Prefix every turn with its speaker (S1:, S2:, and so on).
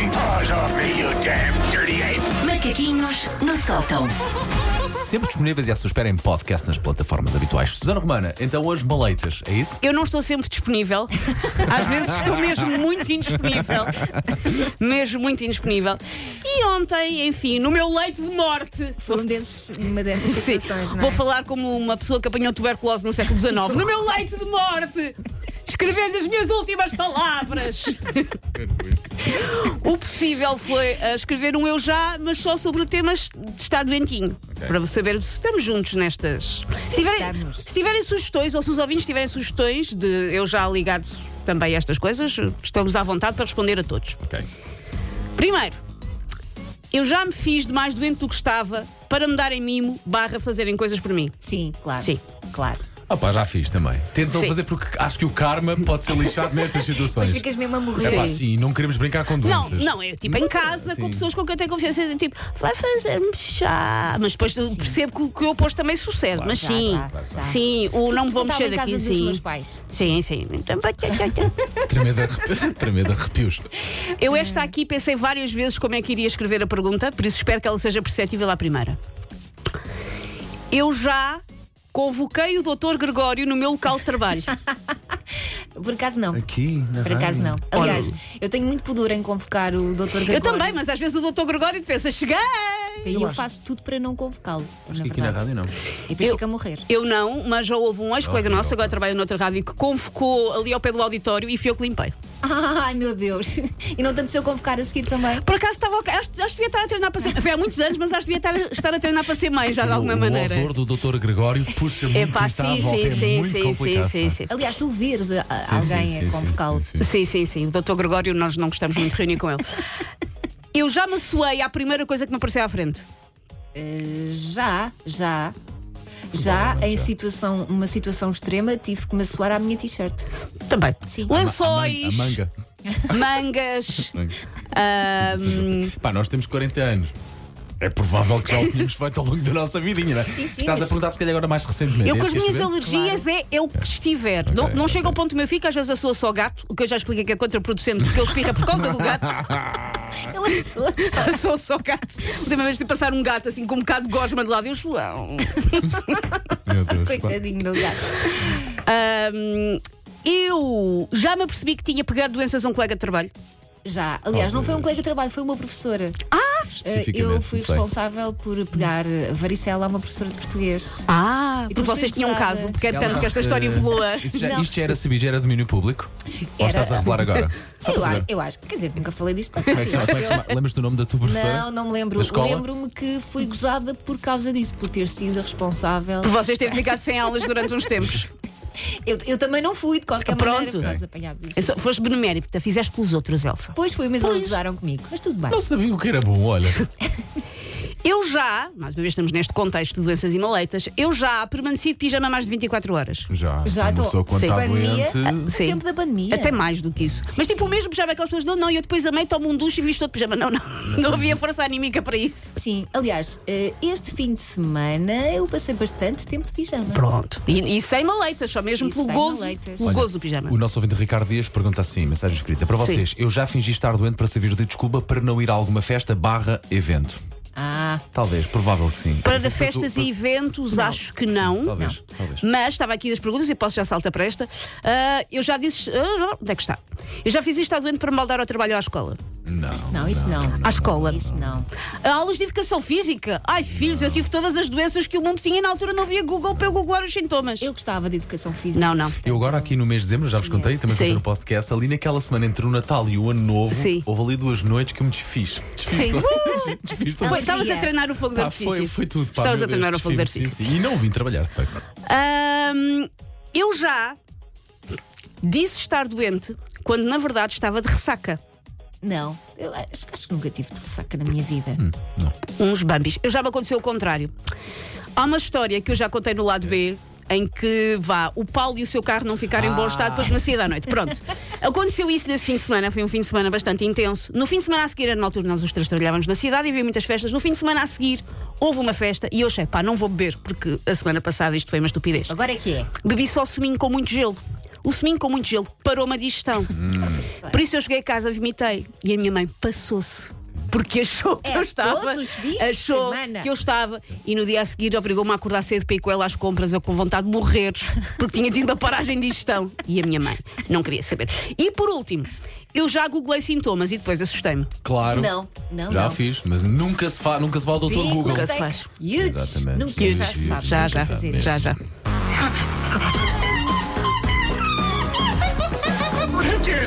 S1: off me, you damn dirty ape!
S2: Macaquinhos no sótão.
S3: Sempre disponíveis e à sua espera em podcast nas plataformas habituais. Susana Romana, então hoje maleitas, é isso?
S4: Eu não estou sempre disponível. Às vezes estou mesmo muito indisponível. Mesmo muito indisponível. E ontem, enfim, no meu leito de morte.
S5: Foi um desses, uma dessas
S4: Sim,
S5: situações, não é?
S4: vou falar como uma pessoa que apanhou tuberculose no século XIX. No meu leito de morte! Escrevendo as minhas últimas palavras. o possível foi ah, escrever um eu já, mas só sobre temas de estar doentinho. Para saber se estamos juntos nestas. Se tiverem,
S5: Estamos.
S4: se tiverem sugestões ou se os ouvintes tiverem sugestões de eu já ligado também a estas coisas, estamos à vontade para responder a todos.
S3: Ok.
S4: Primeiro, eu já me fiz de mais doente do que estava para me darem mimo barra fazerem coisas por mim.
S5: Sim, claro.
S4: Sim.
S5: Claro.
S3: Ah pá, já fiz também. Tento não
S4: Sim.
S3: fazer porque acho que o karma pode ser lixado nestas
S5: Mas
S3: situações.
S5: ficas mesmo a
S3: É
S5: morrer.
S3: pá, sim, não queremos brincar com
S4: assim. Não,
S3: doenças.
S4: não, é tipo em casa, com
S3: Sim.
S4: pessoas com quem eu tenho confiança, é tipo, vai fazer-me chá. Mas depois eu percebo que, o- que o oposto também sucede. Mas
S5: Já,
S4: sim,
S5: já, já.
S4: sim, o
S5: Tudo
S4: não
S5: que
S4: me vou
S5: contava
S4: mexer
S5: em casa
S4: daqui.
S5: dos
S4: Sim.
S5: meus pais.
S4: sim, sim. Então, vai-
S3: Tremendo arrep- Tremendo arrepios.
S4: Eu, esta aqui, pensei várias vezes como é que iria escrever a pergunta, por isso espero que ela seja perceptível à primeira. Eu já convoquei o Dr. Gregório no meu local de trabalho.
S5: Por acaso não.
S3: Aqui, na
S5: Por acaso não. Aliás,
S3: Olha,
S5: eu tenho muito pudor em convocar o Dr. Gregório.
S4: Eu também, mas às vezes o Dr. Gregório pensa, cheguei!
S5: E eu,
S3: acho-
S5: faço tudo para não convocá-lo.
S3: acho
S5: na
S3: que aqui na
S5: verdade.
S3: rádio não.
S5: E depois
S4: Eu-
S5: fica a morrer.
S4: Eu não, mas já houve um ex-colega
S3: Ok,
S4: nosso,
S3: ok.
S4: agora trabalha noutra rádio, que convocou ali ao pé do auditório e fui eu que limpei.
S5: Ai meu Deus. E não tanto se eu convocar a seguir também.
S4: Por acaso estava. ok, Acho, acho que devia estar a treinar para ser. Foi há muitos anos, mas acho que devia estar, estar a treinar para ser mãe já de alguma
S3: o,
S4: maneira.
S3: O odor do Dr. Gregório puxa muito
S4: Epá,
S3: isto à
S4: sim,
S3: volta,
S4: sim,
S3: é
S4: sim,
S3: muito
S4: sim, sim,
S3: complicado,
S4: sim,
S3: pá.
S4: sim.
S5: Aliás, tu veres a- a-
S3: Sim,
S5: alguém
S3: sim, sim,
S5: a convocá-lo.
S3: sim, sim, sim.
S4: Sim, sim, sim. O Dr. Gregório, nós não gostamos muito de reunir com ele. Eu já me suei à primeira coisa que me apareceu à frente.
S5: Eh, já, já. Já em situação, uma situação extrema, tive que me suar à minha t-shirt.
S4: Também.
S5: Sim.
S3: A
S4: Lençóis,
S3: manga.
S4: mangas.
S3: a manga. Pá, nós temos 40 anos. É provável que já o tínhamos feito ao longo da nossa vidinha, não é?
S5: Sim, sim,
S3: Estás a
S5: mas-
S3: perguntar se calhar agora mais recentemente.
S4: Eu
S3: é
S4: com
S3: isso
S4: as
S3: que
S4: minhas
S3: queres saber?
S4: alergias é eu que estiver. não não
S3: ok,
S4: chega ao ponto do meu fico, às vezes a sou só gato, o que eu já expliquei que é contraproducente, porque eu espirra por causa do gato.
S5: Ela sou
S4: sou só gato. Da mesma vez de passar um gato assim com um bocado de gosma de lado, eu João.
S3: Meu Deus, pá.
S5: coitadinho do gato.
S4: Ahm, eu já me apercebi que tinha pegado doenças a um colega de trabalho.
S5: Já, aliás,
S3: Oh,
S5: não foi
S3: meu Deus.
S5: um colega de trabalho, foi uma professora.
S3: Ah,
S5: Eh,
S3: Especificamente,
S5: Eu fui
S3: muito bem.
S5: responsável por pegar a varicela a uma professora de português.
S4: Ah, porque
S5: Porque
S4: vocês
S5: fui
S4: tinham um
S5: acusada.
S4: caso, porque é
S3: Ela
S4: tanto
S3: já
S4: que esta
S3: se-
S4: história voa.
S3: Isso já-
S5: Não.
S3: isto já era sabido, já era domínio público? Ou
S5: Era-
S3: estás a revelar agora? Só
S5: Eu,
S3: para
S5: a-
S3: saber.
S5: eu acho, quer dizer, nunca falei disto.
S3: Como é que chamas? Como é que chama? Lembras do nome da tua professora?
S5: Não, não me lembro.
S3: Da escola?
S5: Lembro-me que fui gozada por causa disso, por ter sido a responsável.
S4: Por vocês terem ficado sem aulas durante uns tempos.
S5: Eu, eu também não fui, de qualquer
S4: Pronto.
S5: maneira, nós apanhámos isso.
S4: É só- Foste benemérita, fizeste pelos outros, Elsa.
S5: Depois fui, mas eles gozaram comigo. Mas tudo bem.
S3: Não sabia o que era bom, olha.
S4: Eu já, mais uma vez estamos neste contexto de doenças e maleitas, eu já permaneci de pijama mais de 24 horas.
S3: Já,
S5: Já
S3: uma
S5: estou-
S3: pessoa quando
S4: Sim.
S3: está
S5: Pandemia.
S3: doente.
S5: No tempo da pandemia.
S4: Até mais do que isso. Mas tipo, o mesmo pijama, aquelas pessoas, não, não, eu depois amei, tomo um duche e visto outro pijama. Não, não, não havia força anímica para isso.
S5: Sim, aliás, eh, este fim de semana eu passei bastante tempo de pijama.
S4: Pronto. E, e sem maleitas, só mesmo
S5: E
S4: pelo
S5: sem
S4: gozo,
S5: maleitas.
S4: pelo
S3: Olha,
S4: gozo do pijama.
S3: O nosso ouvinte Ricardo Dias pergunta assim, mensagem escrita. Para vocês, eu já fingi estar doente para servir de desculpa para não ir a alguma festa barra evento.
S5: Ah,
S3: Talvez, provável que sim.
S4: Para
S3: Mas eu
S4: festas
S3: penso-
S4: e eventos, acho que não.
S3: Talvez, talvez.
S4: Mas estava aqui das perguntas e posso já saltar para esta. Ah, eu já disse. ah, não, onde é que está? Eu já fiz isto à doente para me maldar ao trabalho ou à escola.
S3: Não.
S5: não, isso não.
S4: À escola.
S5: Isso não.
S4: A aulas de educação física. Ai, filhos, eu tive todas as doenças que o mundo tinha e na altura não havia Google para eu googlar os sintomas.
S5: Eu gostava de educação física.
S4: Não, não.
S3: Eu agora aqui no mês de dezembro, já vos contei, também contei
S4: Sim.
S3: no podcast, ali naquela semana entre o Natal e o Ano Novo,
S4: Sim.
S3: houve ali duas noites que eu me desfiz. Desfiz.
S4: Sim.
S3: desfiz tudo.
S4: Foi, estavas a
S5: Alegria.
S4: treinar o fogo de
S3: Pá,
S4: artifício.
S3: foi, foi tudo. Pá,
S4: Estavas
S3: meu
S4: a treinar
S3: Deus,
S4: o fogo de
S3: desfiz-me,
S4: artifício.
S3: sim, sim. E não vim trabalhar, de facto.
S4: Ahm, eu já disse estar doente quando na verdade estava de ressaca.
S5: Não. Eu acho, acho que nunca tive de ressaca na minha vida.
S3: Hum.
S4: Uns bambis. Eu já me aconteceu o contrário. Há uma história que eu já contei no lado B. Em que vá o Paulo e o seu carro não ficarem em bom estado depois na saída à noite. Pronto. Aconteceu isso nesse fim de semana, foi um fim de semana bastante intenso. No fim de semana a seguir, era na altura nós os três trabalhávamos na cidade e havia muitas festas. No fim de semana a seguir houve uma festa e eu achei, pá, não vou beber, porque a semana passada isto foi uma estupidez.
S5: Agora é que é.
S4: Bebi só suminho com muito gelo. O suminho com
S3: Hum.
S5: é
S4: muito gelo parou-me a digestão. Por isso eu cheguei a casa, vomitei. E a minha mãe passou-se. porque achou que
S5: É,
S4: eu estava.
S5: todos os fins de
S4: achou
S5: semana.
S4: que eu estava. E no dia a seguir obrigou-me a acordar cedo para ir com ela às compras, eu com vontade de morrer, porque tinha tido uma paragem de digestão. E a minha mãe não queria saber. E por último, eu já googlei sintomas e depois assustei-me.
S3: Claro.
S5: Não, não,
S3: Já
S5: não.
S3: fiz, mas nunca se fala, nunca se fala ao Dr.
S5: Big
S3: Google.
S4: Nunca se
S5: mistake.
S4: faz.
S5: Huge.
S3: Exatamente. é
S5: Nunca
S3: Huge,
S5: já
S3: huge,
S5: sabe.
S4: Já,
S5: nunca
S4: já,
S5: fazer isso.
S4: já, já.
S1: Take your